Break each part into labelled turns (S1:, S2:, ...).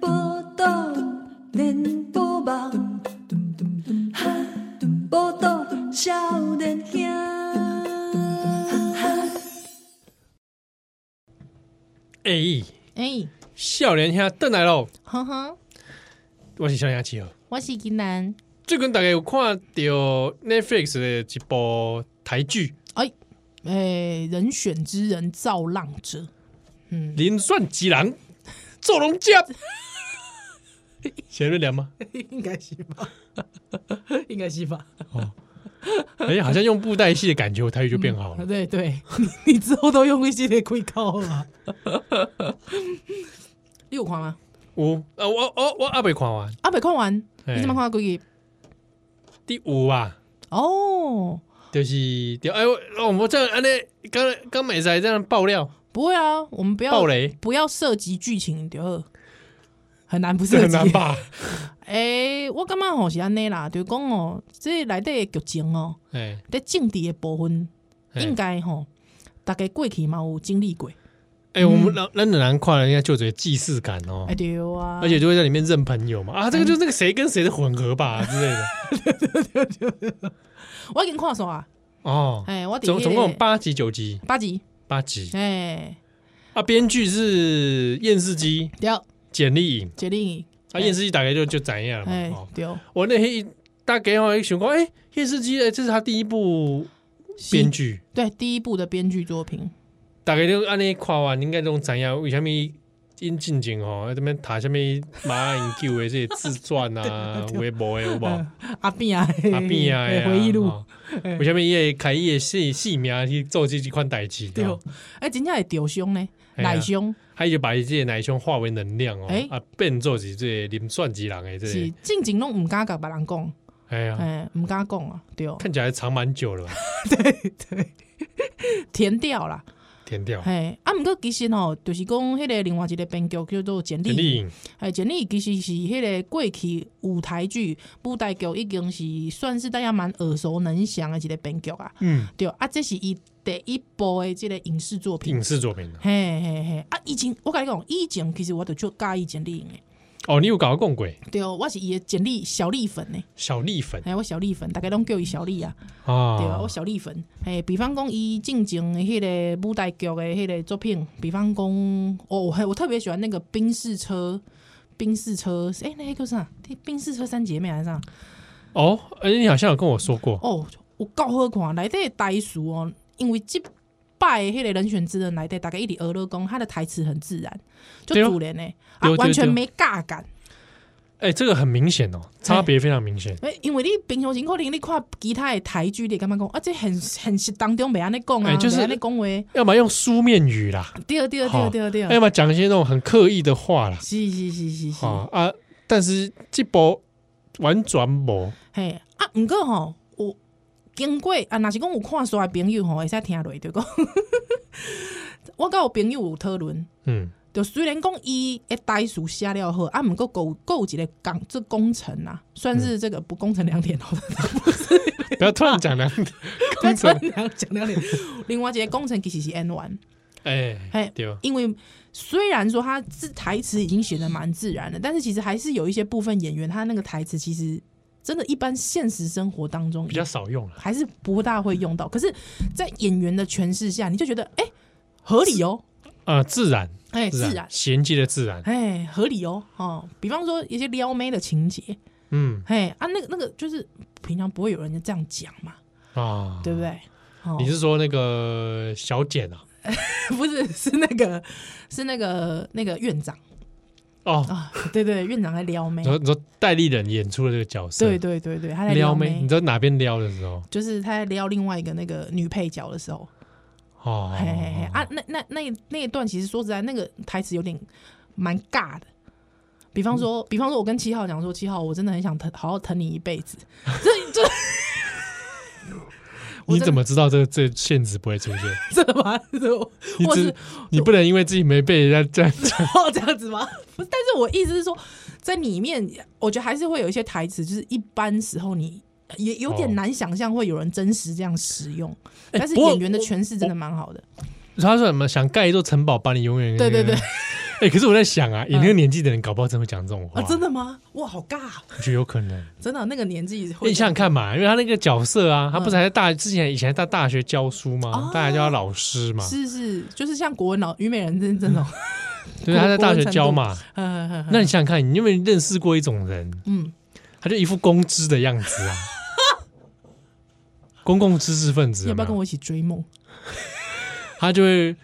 S1: 报道连波网，报道少年兄。
S2: 哎、
S3: 哎、
S2: 笑脸兄邓来喽，
S3: 哼哼，
S2: 我是笑脸七号。
S3: 我是金兰，
S2: 最近大概有看到 Netflix 的一部台剧
S3: 哎、人选之人造浪者，
S2: 《林算吉郎做龙家》，写论良吗？
S4: 应该是吧， 应该是吧。
S2: 哎、好像用布袋戏的感觉，我台语就变好
S3: 啊
S2: 了。
S4: 对 对，你你之后都用一系列跪靠了。
S3: 你有看吗？
S2: 五啊，我我我阿未看完
S3: 啊，没看完，
S2: 嘿
S3: 你怎么看到几集？
S2: 第五啊，
S3: 哦，
S2: 就是就哎呦，哦我这样安尼刚刚美仔这样爆料，
S3: 不会啊，我们不要
S2: 爆雷
S3: 不要涉及剧情对二，
S4: 很难不
S2: 这很
S4: 涉及，
S2: 难吧？
S3: 诶、哎我感觉吼是安尼啦，就讲哦，这内底的剧情哦，
S2: 哎、
S3: 在政治的部分
S2: 哎
S3: 应该吼，大概过去嘛有经历过，
S2: 哎、我们让让人看了，应该就有这个既视感哦
S3: 哎、。对啊，
S2: 而且就会在里面认朋友嘛啊，这个就是那个谁跟谁的混合吧之类的
S3: 我已经看煞啊，
S2: 哦。
S3: 哎、我伫
S2: 总总共
S3: 那
S2: 有
S3: 个
S2: 八集九集
S3: 八集，
S2: 八集
S3: 哎、
S2: 啊，编剧是验视机
S3: 对，
S2: 简历颖
S3: 决定，
S2: 啊，验视机大概就就怎样了
S3: 哎、
S2: 嘛。哦，
S3: 对，
S2: 我那天一大概我一想过，哎，验视机哎，这是他第一部编剧，
S3: 对第一部的编剧作品，
S2: 大概就按那看完应该都怎样？为什么因进前吼，这边塔下面马英九的这些自传啊，微博的有无？
S4: 嗯阿扁啊，
S2: 阿扁啊
S4: 嘿
S2: 呀，
S4: 回忆录，
S2: 哦，为什么伊开伊的姓姓名去做这几款代志？
S3: 对
S2: 哦，
S3: 哎、真正会吊胸呢，
S2: 哎呀
S3: 奶胸
S2: 还就把伊这个奶胸化为能量哦
S3: 哎，
S2: 啊，变做是这个林算吉人的这
S3: 是
S2: 个，
S3: 进前拢毋敢甲别人讲，
S2: 哎呀，
S3: 哎、毋敢讲啊，对，
S2: 看起来藏蛮久了吧？
S3: 填掉啦，
S2: 填 掉。
S3: 嘿，啊，毋过其实吼，就是讲迄个另外一个编剧叫做简
S2: 陈丽
S3: 历，
S2: 颖，
S3: 哎，简历其实是迄个过去舞台剧、舞台剧已经是算是大家蛮耳熟能详的一个编剧啊，
S2: 嗯，
S3: 对，啊，这是伊第一部的即个影视作品
S2: 影。视作品啊
S3: 嘿嘿嘿，啊！以前我甲你讲，以前其实我就就介意简历的，
S2: 哦，你有搞过鬼
S3: 对，我是伊的简历小丽粉呢，
S2: 小丽粉
S3: 哎，我小丽粉，大家拢叫伊小丽啊，对啊，
S2: 啊
S3: 我？小丽粉，哎，比方讲伊进前的迄个舞台剧的迄个作品，比方讲，哦，我还我特别喜欢那个冰室车，冰室车，哎、那个叫啥？冰室车三姐妹还是啥？
S2: 哦，哎，你好像有跟我说过，
S3: 哦，有够好看，内底的台词哦，因为即摆迄个人选之人内底大概一直俄勒讲，他的台词很自然，就
S2: 对哦
S3: 主人呢，
S2: 对哦
S3: 啊，
S2: 对哦
S3: 完全
S2: 对哦
S3: 没尬感。
S2: 哎，这个很明显哦，差别非常明显。
S3: 诶，因为你平常时可能你看其他的台剧，你会感觉讲啊，这很现实当中袂安尼讲啊，
S2: 哎就是
S3: 袂安尼讲话，
S2: 要么用书面语啦，
S3: 对对
S2: 好
S3: 对啊对对，
S2: 要么讲一些那种很刻意的话啦。
S3: 是是是是是，
S2: 啊啊！但是这部完全无，
S3: 嘿啊，毋过吼，有经过啊，若是讲有看煞的朋友吼，会使听落就讲， 我甲有朋友有讨论，
S2: 嗯，
S3: 就虽然讲伊诶台词写了好，啊，毋过够够一个工这工程啊，算是这个不工程两点哦。
S2: 不要突然讲两工程，
S4: 两讲两点，
S3: 另外一个工程其实是 N one，
S2: 哎，
S3: 嘿，
S2: 对，
S3: 因为虽然说他自台词已经写的蛮自然了，但是其实还是有一些部分演员他那个台词其实真的，一般现实生活当中
S2: 比较少用了。
S3: 还是不大会用到。可是，在演员的诠释下，你就觉得哎、合理哦，
S2: 啊，自然，
S3: 哎、自然，
S2: 衔接的自然，
S3: 哎、合理哦，哦，比方说一些撩妹的情节，
S2: 嗯
S3: 嘿啊，那个那个就是平常不会有人这样讲嘛，
S2: 啊，
S3: 对不对？哦
S2: 你是说那个小简啊？
S3: 不是是那个是那个那个院长
S2: 哦，
S3: 啊？对对，院长在撩 妹
S2: 你，说你说戴立忍演出的这个角色，
S3: 对对对对，他在
S2: 撩
S3: 妹
S2: 妹，你，知道哪边撩的时候？
S3: 就是他在撩另外一个那个女配角的时候，
S2: 哦，
S3: 嘿嘿嘿啊，那那那一那一段其实说实在，那个台词有点蛮尬的。比方说，
S2: 嗯
S3: 比方说，我跟七号讲说，七号，我真的很想疼，好好疼你一 辈子。
S2: 你怎么知道这个这限制不会 出现？
S4: 真的吗？是我
S2: 你
S3: 我
S2: 只
S3: 是
S2: 你不能因为自己没被人家这样讲，
S3: 哦，这样子吗？不是，但是我意思是说，在里面，我觉得还是会有一些台词，就是一般时候你也有点
S2: 哦
S3: 难想象会有人真实这样使用。
S2: 哎
S3: 但是
S2: 不过
S3: 演员的诠释真的蛮好的。
S2: 他说什么想盖一座城堡把你永远
S3: 对对对，
S2: 哎，可是我在想啊，你那个年纪的人搞不好真会讲这种话，
S3: 啊，真，的吗？哇，好尬啊，
S2: 我觉得有可能。
S3: 真的啊、那个年纪会
S2: 你想想看嘛，因为他那个角色啊，他不是还在大之前以前还在大学教书嘛
S3: 嗯哦，
S2: 大家叫他老师嘛，
S3: 是是，就是像国文老虞美人这这 种，
S2: 就是他在大学教嘛。
S3: 嗯嗯
S2: 那你想想看，你有没有认识过一种人，
S3: 嗯，
S2: 他就一副公知的样子 啊，公共知识分子有
S3: 要不
S2: 没
S3: 要跟
S2: 有，
S3: 我一起追梦
S2: 他就会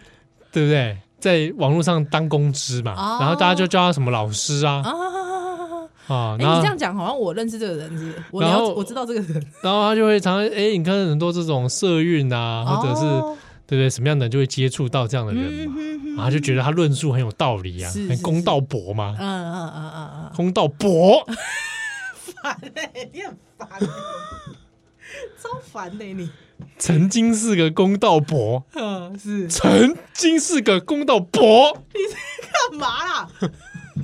S2: 对不对，在网络上当公知嘛，
S3: 哦
S2: 然后大家就叫他什么老师啊
S3: 啊？
S2: 啊，
S3: 哎、
S2: 然
S3: 你
S2: 后
S3: 这样讲好像我认识这个人是不是我
S2: 然
S3: 了
S2: 后
S3: 解我知道这个人，
S2: 然后他就会常常哎，你看很多这种社运啊，或者是
S3: 哦
S2: 对不对，什么样的人就会接触到这样的人嘛
S3: 嗯。嗯嗯
S2: 然后就觉得他论述很有道理啊，
S3: 是
S2: 很
S3: 是
S2: 公道博嘛，
S3: 嗯嗯嗯嗯，欸
S2: 公道 博。
S4: 你很烦，超烦的你。
S2: 曾经是个公道博，
S4: 嗯，是
S2: 曾经是个公道博，
S4: 干嘛啦？你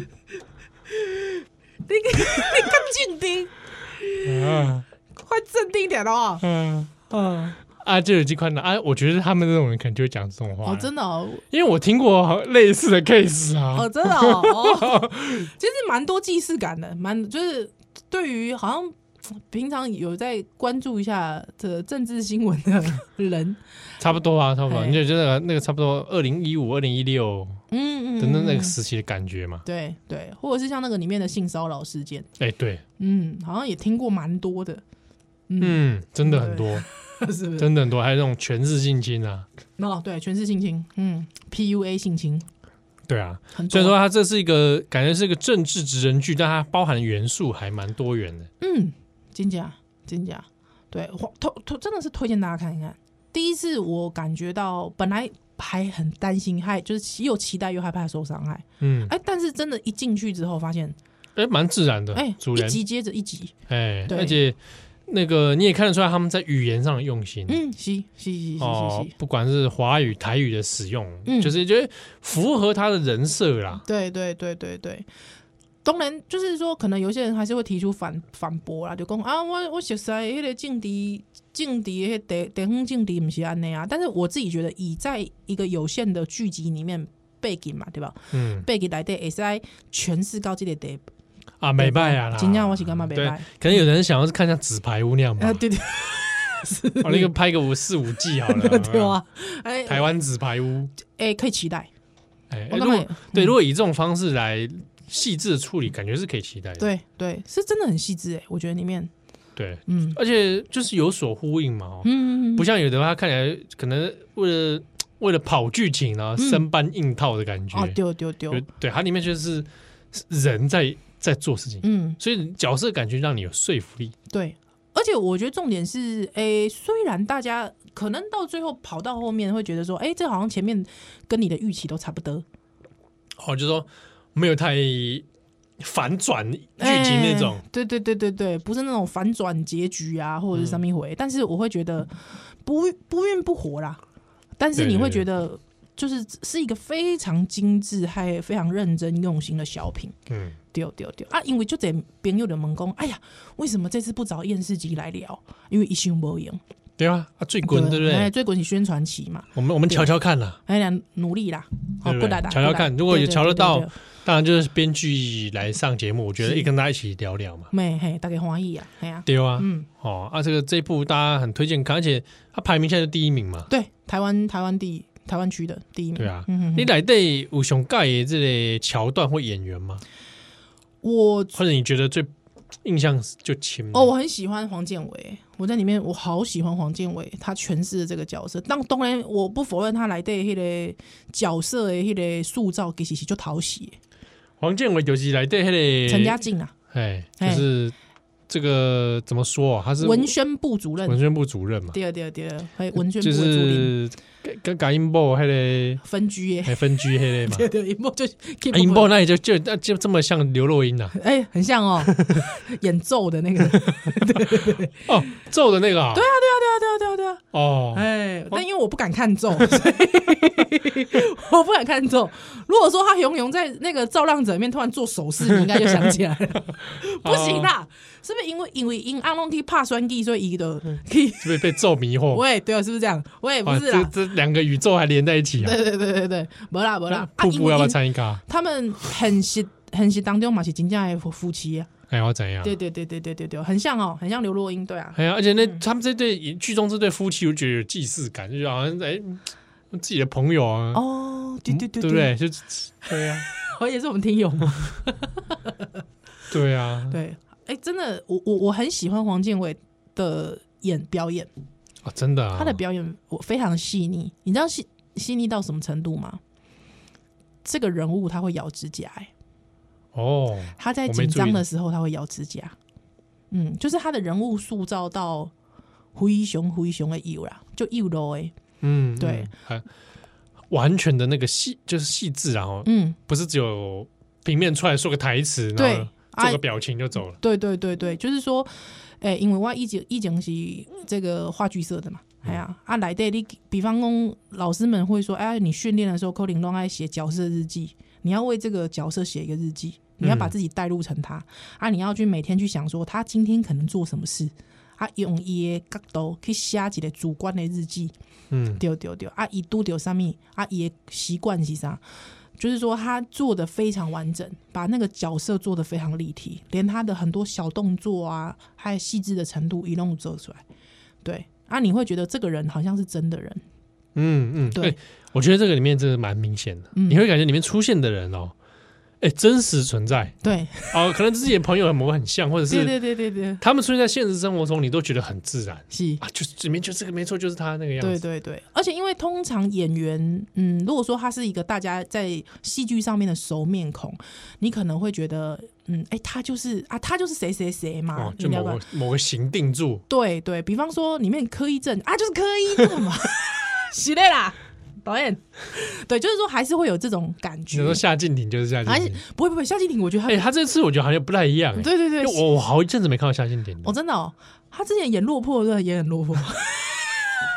S4: 个你个俊丁，
S2: 啊
S4: 快镇定点哦。
S2: 嗯
S4: 嗯，
S2: 啊，就有几款了啊，我觉得他们这种人可能就会讲这种话，
S3: 哦，真的哦，
S2: 因为我听过好类似的 case 啊
S3: 哦，，真的哦，哦 其实蛮多既视感的，蛮就是对于好像嗯平常有在关注一下这政治新闻的人，
S2: 差不多啊，差不多，
S3: 哎
S2: 你就觉得那个差不多二零一五、二零一六
S3: 嗯嗯，
S2: 等等那
S3: 嗯
S2: 个时期的感觉嘛，
S3: 对对，或者是像那个里面的性骚扰事件，
S2: 哎，对，
S3: 嗯，好像也听过蛮多的，
S2: 嗯，真的很多，
S3: 是不是？
S2: 真的很多，还有那种全日性侵啊，
S3: 哦，对，全是性侵，嗯，PUA 性侵，
S2: 对啊，
S3: 很多。
S2: 所以说，它这是一个感觉是一个政治职人剧，但它包含的元素还蛮多元的。
S3: 嗯，真假真假，对，我推推真的是推荐大家看一看。第一次我感觉到，本来还很担心，害就是又期待又害怕受伤害，
S2: 嗯，
S3: 哎，但是真的，一进去之后发现，
S2: 哎，蛮自然的。
S3: 哎，
S2: 主
S3: 一
S2: 人，
S3: 集接着一集，
S2: 哎，
S3: 对
S2: 而且那个你也看得出来他们在语言上的用心。
S3: 嗯，是是是是
S2: 哦
S3: 是是，，
S2: 不管是华语、台语的使用，
S3: 嗯
S2: 就是觉得符合他的人设啦。
S3: 对对对对对。当然，就是说，可能有些人还是会提出反反驳啦，就讲啊，我我熟悉迄个政敌政敌迄地地方政敌，不是安尼啊。但是我自己觉得，以在一个有限的剧集里面背景嘛，对吧？
S2: 嗯
S3: 背景来底会使诠释到这个地步，
S2: 啊，美拜啊啦，
S3: 真正我是感觉袂
S2: 对
S3: 歹。
S2: 可能有人想要是看像纸牌屋那样嘛
S3: 啊，，对对，
S2: 哦，那个拍个五四五季好了，
S3: 对啊，哎
S2: 台湾纸牌屋，
S3: 哎，可以期待。
S2: 哎，
S3: 我
S2: 如
S3: 感
S2: 果
S3: 觉
S2: 对，如果以这种方式来细致的处理，感觉是可以期待的。
S3: 对对，是真的很细致哎，我觉得里面，
S2: 对，
S3: 嗯
S2: 而且就是有所呼应嘛、哦，
S3: 嗯，
S2: 不像有的他看起来可能为了为了跑剧情啊，
S3: 嗯
S2: 生搬硬套的感觉。
S3: 哦，丢丢丢，
S2: 就对，它里面就是人在在做事情，
S3: 嗯，
S2: 所以角色感觉让你有说服力。
S3: 对，而且我觉得重点是，诶、虽然大家可能到最后跑到后面会觉得说，诶、这好像前面跟你的预期都差不多，
S2: 哦，就说没有太反转剧情那种
S3: 诶，对对对对对，不是那种反转结局啊，或者是
S2: 嗯
S3: 什么一回，但是我会觉得不不孕不活啦，但是
S2: 对
S3: 你
S2: 对
S3: 会
S2: 对
S3: 觉得。就是是一个非常精致，还非常认真用心的小品，
S2: 嗯，
S3: 对对对啊！因为就得朋友的门工，哎呀，为什么这次不找验视机来聊？因为一心无赢，
S2: 对啊，啊，最滚，对不
S3: 哎，
S2: 对？
S3: 最滚是宣传期嘛，
S2: 我们我们瞧瞧看啦，
S3: 哎呀，努力啦，哦好，
S2: 对不
S3: 过
S2: 对
S3: 来啦，
S2: 瞧瞧
S3: 过来
S2: 看如果
S3: 对
S2: 有
S3: 对
S2: 瞧得
S3: 对对
S2: 到
S3: 对
S2: 当然就是编剧来上节目，我觉得
S3: 是
S2: 也跟大家一起聊聊嘛。
S3: 没嘿，大家欢喜啊，哎呀，
S2: 对啊，
S3: 嗯，
S2: 哦啊，这个这部大家很推荐看，而且它排名现在是第一名嘛。
S3: 对，台湾台湾地台湾区的第一名，
S2: 对啊，
S3: 嗯
S2: 你
S3: 哼，
S2: 来对有上盖的这类桥段或演员吗？
S3: 我
S2: 或者你觉得最印象就浅
S3: 哦，我很喜欢黄建伟，我在里面我好喜欢黄建伟，他诠释的这个角色，当当然我不否认他来的迄个角色的迄个塑造其实是就讨喜的，
S2: 黄建伟就是来对那个
S3: 陈家靖啊，
S2: 哎，就
S3: 哎
S2: 是这个怎么说哦？他是
S3: 文宣部主任啊
S2: 文，宣部主任嘛，
S3: 第二第二第二，还有文宣部
S2: 就
S3: 的主任
S2: 是跟跟港英部那个
S3: 分居 耶，
S2: 还分居那个嘛
S3: 对， 对，一幕就
S2: 啊英部那也就就那就这么像刘若英 呐
S3: 哎、很像哦，演奏的那个。对啊，对啊，
S2: 哦，揍的那个啊，
S3: 对啊，对啊，
S2: 哦，
S4: 哎，
S3: 但因为我不敢看 咒，所以 我不敢看咒。如果说他熊熊在那个造浪者里面突然做手势，你应该就想起来 了。不行啦，
S2: 哦
S3: 是不是因为因为因阿龙 T 怕酸地，所以伊的 T？
S2: 是不是被咒迷惑？
S3: 喂，对啊，是不是这样？喂，不
S2: 哦啊，
S3: 是
S2: 这
S3: 啦，
S2: 这两个宇宙还连在一起啊！
S3: 对对对对对，没啦没
S2: 那
S3: 啦。啊
S2: 瀑
S3: 因
S2: 布
S3: 为
S2: 要不要
S3: 因
S2: 参与卡？
S3: 他们很是很是当中嘛是真正的夫妻啊，
S2: 还要哎怎样？
S3: 对对对对对对对，很像哦，很像刘若英，对啊，
S2: 哎呀，而且那他们这对剧中这对夫妻，我觉得有既视感，就好像哎自己的朋友啊，
S3: 哦，对对对
S2: 嗯对不，对？就对呀，
S3: 我也是我们听友嘛。
S2: 对啊呀，
S3: 对，哎，真的，我我我很喜欢黄建伟的演表演，
S2: 啊，真的啊，
S3: 他的表演我非常细腻，你知道细细腻到什么程度吗？这个人物他会咬指甲、哎，
S2: 哦，
S3: 他在
S2: 我没
S3: 紧
S2: 注
S3: 张
S2: 意
S3: 的时候他会咬指甲，嗯，就是他的人物塑造到灰熊灰熊的有啦，就有咯哎，
S2: 嗯，
S3: 对
S2: 嗯，还完全的那个细就是细致啊，哦，
S3: 嗯，
S2: 不是只有平面出来说个台词，然
S3: 对哎
S2: 后
S3: 啊
S2: 做个，表情就走了。嗯
S3: 对对对对，就是说，哎、因为我以前以前是这个话剧社的嘛，
S2: 嗯
S3: 哎呀、啊，来对你，比方说老师们会说，哎、你训练的时候，扣零都爱写角色日记，你要为这个角色写一个日记，你要把
S2: 嗯
S3: 自己带入成他、啊，你要去每天去想说他今天可能做什么事。啊，用伊的角度去写一个主观的日记，
S2: 嗯，
S3: 对对对，啊，伊拄着啥物，啊，伊的习惯是啥？就是说他做的非常完整，把那个角色做的非常立体，连他的很多小动作啊，还有细致的程度一弄做出来。对啊，你会觉得这个人好像是真的人。
S2: 嗯嗯，
S3: 对
S2: 哎，我觉得这个里面真的蛮明显的，
S3: 嗯
S2: 你会感觉里面出现的人哦，哎，真实存在
S3: 对，
S2: 哦，可能自己的朋友某个很像，或者
S3: 对
S2: 是
S3: 对对对对，
S2: 他们出现在现实生活中，你都觉得很自然
S3: 是。
S2: 啊，就是里面就这个没错，就是他那个样
S3: 对
S2: 子。
S3: 对对，而且因为通常演员，嗯，如果说他是一个大家在戏剧上面的熟面孔，你可能会觉得，嗯，哎，他就是啊，他就是谁谁谁嘛，
S2: 哦，
S3: 你
S2: 就
S3: 了
S2: 某
S3: 解
S2: 个某个形定住，
S3: 对对，比方说里面柯一正啊，就是柯一正嘛， 是的啦，导演。对，就是说还是会有这种感
S2: 你
S3: 觉，
S2: 说夏静婷就是夏
S3: 而
S2: 静
S3: 且
S2: 婷。
S3: 不会不会，夏静婷我觉得他，
S2: 哎，他这次我觉得好像不太一样，哎
S3: 对对
S2: 因
S3: 对，
S2: 为我我好一阵子没看到夏静婷
S3: 哦
S2: 了。
S3: 真的哦，他之前演落魄的时候也很落魄。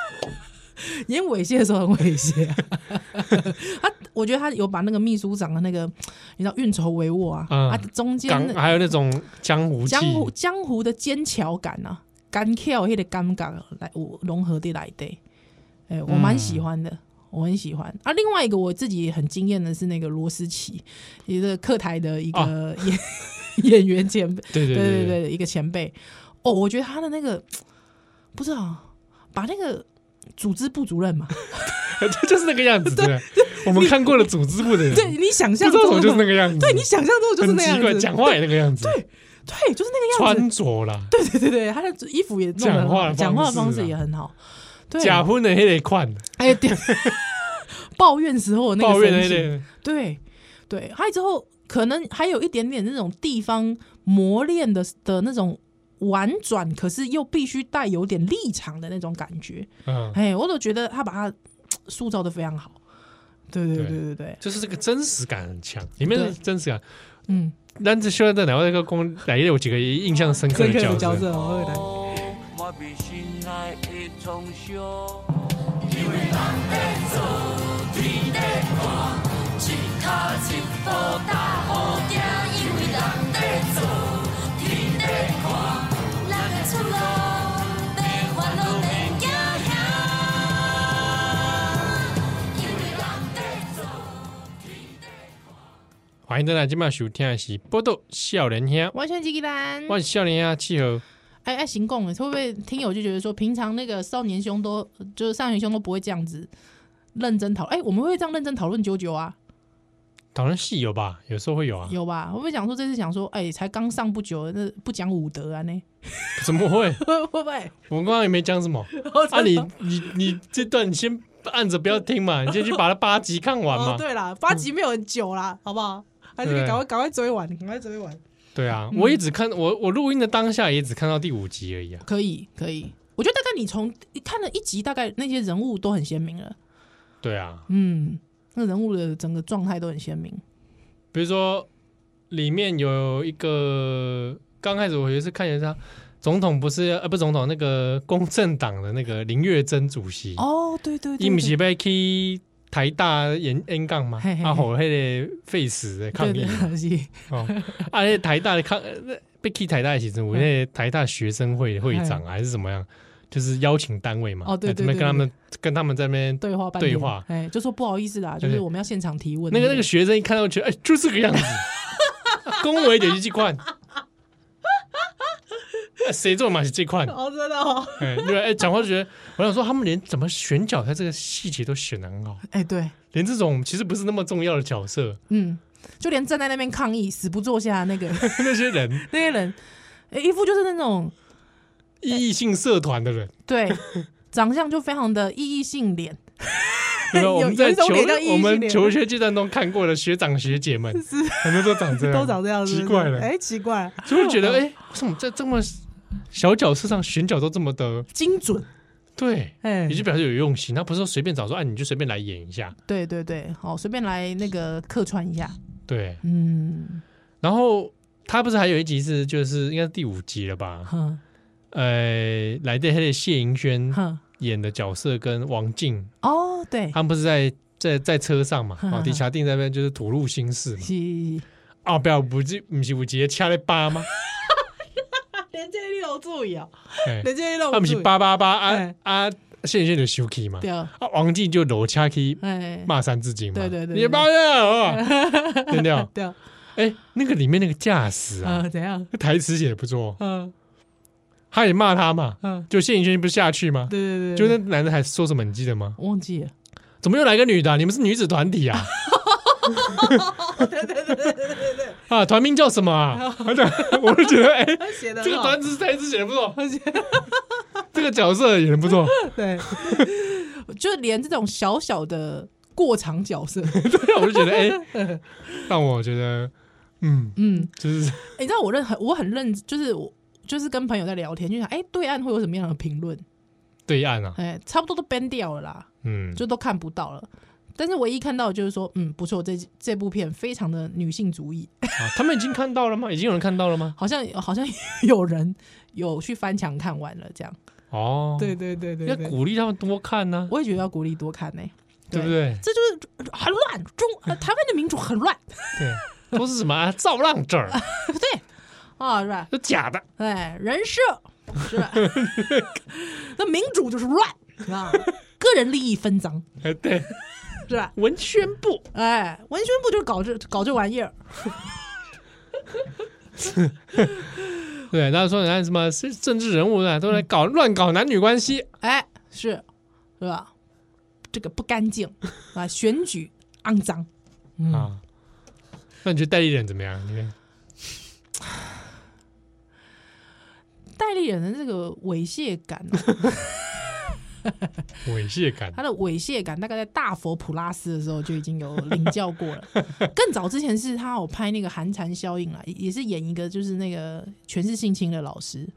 S3: 演猥亵的时候很猥亵、啊 他我觉得他有把那个秘书长的那个，你知道运筹帷幄啊，
S2: 嗯
S3: 啊中间
S2: 港还有那种江湖气
S3: 江，湖江湖的尖桥感啊，干跳迄个尴尬来我融合的来的，哎、我
S2: 嗯
S3: 蛮喜欢的，我很喜欢。啊，另外一个我自己很惊艳的是那个罗斯奇，一个客台的一个演、 演员前辈，
S2: 哦对对
S3: 对
S2: 对
S3: 对
S2: 对，
S3: 对，一个前辈。哦，我觉得他的那个不知道把那个组织部主 任嘛，
S2: 对就是那个样子。对，我们看过了组织部的人，
S3: 对你想
S2: 不
S3: 象
S2: 知道怎
S3: 中
S2: 么就是那个样子，
S3: 对你想象中的就是
S2: 很
S3: 那样
S2: 奇怪，
S3: 子，
S2: 讲话也那个样子，
S3: 对，就是那个样子，
S2: 穿着啦，
S3: 对对对对，他的衣服也弄得很好
S2: 讲
S3: 讲
S2: 话
S3: 话
S2: 的方式啊
S3: 的方式也很好，对，
S2: 假婚的黑得款，
S3: 哎，对，抱怨时候的那
S2: 抱
S3: 个
S2: 怨的
S3: 神
S2: 那
S3: 情，
S2: 个，
S3: 对对，还有之后可能还有一点点那种地方磨练的的那种婉转，可是又必须带有点立场的那种感觉。
S2: 嗯，
S3: 哎，我都觉得他把它塑造的非常好。对对对
S2: 对
S3: 对对对，
S2: 就是这个真实感很强，里面的
S3: 对
S2: 真实感。
S3: 嗯，
S2: 咱这小在哪外个公哪一有几个印象深刻
S4: 深
S2: 的
S4: 刻
S2: 角
S4: 的
S2: 色哦
S4: 角？色，我
S3: 哦
S4: 会来。
S5: 哦我被心爱的创伤。
S2: 欢迎大家今晚收听的是《啊波豆笑人兄》，
S3: 完全鸡鸡蛋。
S2: 我是笑啊人兄契合。
S3: 哎哎，行共了，会不会听友就觉得说，平常那个少年兄都就是少年兄都不会这样子认真讨？哎，我们会这样认真讨论九九啊？
S2: 讨论戏有吧？有时候会有啊，
S3: 有吧？会不会讲说这次想说，哎、才刚上不久，那不讲武德啊？呢
S2: 怎么会？
S3: 会会不会？
S2: 我们刚刚也没讲什 么啊你！你你这段你先按着不要听 嘛，你先去把它八集看完嘛。
S3: 哦，对啦，八集没有很久啦，好不好？还是你
S2: 对
S3: 赶快赶快追完，赶快追完。
S2: 对啊，我也只看我我录音的当下也只看到第五集而已
S4: 嗯
S2: 啊。
S3: 可以可以，我觉得大概你从看了一集，大概那些人物都很鲜明了。
S2: 对啊，
S3: 嗯，那人物的整个状态都很鲜明。
S2: 比如说里面有一个刚开始我也是看见他，总统不是呃不是总统那个公正党的那个林月珍主席，
S4: 哦，对对
S2: 伊
S4: 对
S2: 毋
S4: 对，
S2: 是要去台大演演讲嘛
S3: 嘿嘿，嘿
S2: 啊，互迄个 face 的抗议
S3: 对对是
S2: 哦， 啊，迄台大的抗呃那被去台大的时阵，我那台大学生会会长啊还是怎么样，就是邀请单位嘛，
S3: 哦对
S2: 在那
S3: 对
S2: 边跟他们
S3: 对
S2: 跟他们在那边
S3: 对话半天
S2: 对话
S3: 哎，就说不好意思啦，就
S2: 对
S3: 是
S2: 对
S3: 我们要现场提问。
S2: 那个那个学生一看到觉得，哎、就这个样子， 恭维就是这款，哎谁做嘛是这款，
S4: 哦，真的哦，
S2: 哎、对吧？哎、讲话就觉得，我想说他们连怎么选角，他这个细节都选得很好，
S3: 哎对，
S2: 连这种其实不是那么重要的角色，
S3: 嗯，就连站在那边抗议死不坐下的那个
S2: 那些 人
S3: 那些人，哎一副就是那种
S2: 异性社团 的人，
S3: 对长相就非常的异义性脸，
S2: 对吧？
S3: 有
S2: 我们在
S3: 有一
S2: 求
S3: 种脸叫异性
S2: 我们
S3: 恋
S2: 求学阶段中看过的学长学姐们，很多都长 这样，
S4: 都长这样子，
S2: 啊奇怪了，
S4: 哎，奇怪，
S2: 所以我觉得，哎、为什么在这么小角色上选角都这么的
S3: 精准，
S2: 对？
S3: 哎
S2: 也，就表示有用心，他不是说随便找说，哎、你就随便来演一下，
S3: 对对对，好，随便来那个客串一下，
S2: 对。
S3: 嗯，
S2: 然后他不是还有一集是，就是应该是第五集了吧？
S3: 哼
S2: 呃，来电黑的谢盈萱
S3: 哼，
S2: 演的角色跟王静，
S3: 哦，对，
S2: 他们不是在在在车上嘛？
S3: 哼
S2: 啊，
S3: 哼
S2: 迪霞定在那边就是吐露心事嘛。
S3: 是
S2: 啊，不要不是不是有节掐了八 吗？
S4: 连这里有注意啊，
S2: 哎，
S4: 连这里
S2: 他
S4: 有
S2: 们是
S4: 注意，
S2: 八八八啊
S4: 哎
S2: 啊，谢盈萱就休气嘛，
S3: 对，
S2: 啊，王静就搂掐去
S3: 哎，
S2: 骂三字经嘛，
S3: 对对对对
S2: 你妈的，哦 对不对？
S4: 对啊，
S2: 哎，那个里面那个驾驶啊，
S4: 呃，怎样？
S2: 那台词写的不错，哦
S3: 呃
S4: 嗯
S2: 他也骂他嘛，
S4: 嗯，
S2: 就谢颖轩不是下去吗？
S4: 对对对，
S2: 就那男的还说什么，你记得吗？
S3: 忘记了，
S2: 怎么又来个女的啊、你们是女子团体 啊？啊，团名叫什么啊？
S4: 哦
S2: 我就觉得，哎、
S4: 写的
S2: 这个团子台词写的不错，这个角色演的不 错，
S4: 对，
S3: 就连这种小小的过场角色，
S2: 对啊我就觉得，哎、 让我觉得，嗯，
S3: 嗯，
S2: 就是
S3: 你知道我认很我很认，就是我就是跟朋友在聊天，就想哎、对岸会有什么样的评论？
S2: 对岸啊，
S3: 哎、差不多都 ban 掉了啦，
S2: 嗯，
S3: 就都看不到了。但是唯一看到的就是说，嗯，不错，这这部片非常的女性主义，
S2: 啊他们已经看到了吗？已经有人看到了吗？
S3: 好像好像 有人有去翻墙看完了，这样
S2: 哦，
S4: 对，对对对
S2: 要
S4: 对，
S2: 鼓励他们多看呢、
S3: 我也觉得要鼓励多看呢、
S2: 对不？对？
S3: 这就是很乱， 中、呃台湾的民主很乱，
S2: 对，都是什么、啊、造浪者，
S3: 对啊，是吧？
S2: 都假的。
S3: 哎，人设是 吧？那民主就是乱啊，个人利益分赃
S2: 哎，对，
S3: 是吧？
S2: 文宣部
S3: 哎，文宣部就是搞这搞这玩意儿，
S2: 对，然后说人家什么是政治人物啊，都来搞乱搞男女关系，
S3: 哎，是是吧？这个不干净啊，选举肮脏，
S2: 啊。那你觉得戴立忍怎么样？你看，
S3: 代理人的这个猥亵感啊、
S2: 猥亵感
S3: 他的猥亵感大概在大佛普拉斯的时候就已经有领教过了。更早之前是他有拍那个《寒蝉效应》啊，也是演一个就是那个全是性侵的老师，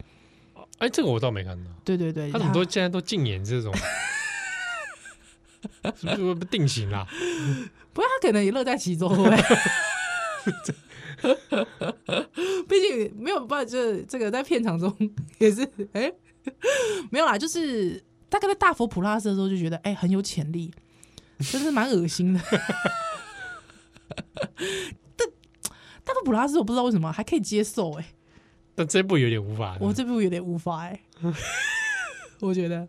S2: 哎，这个我倒没看到，
S3: 对对对，
S2: 他怎么都现在都禁演这种？是不是不定型啦？
S3: 不过他可能也乐在其 中哎。 毕竟没有办法，就是这个在片场中也是哎、没有啦，就是大概在大佛普拉斯的时候就觉得哎、很有潜力，真是蛮恶心的。 但大佛普拉斯我不知道为什么还可以接受哎、
S2: 但这部有点无法。
S3: 我这部有点无法哎、 我觉得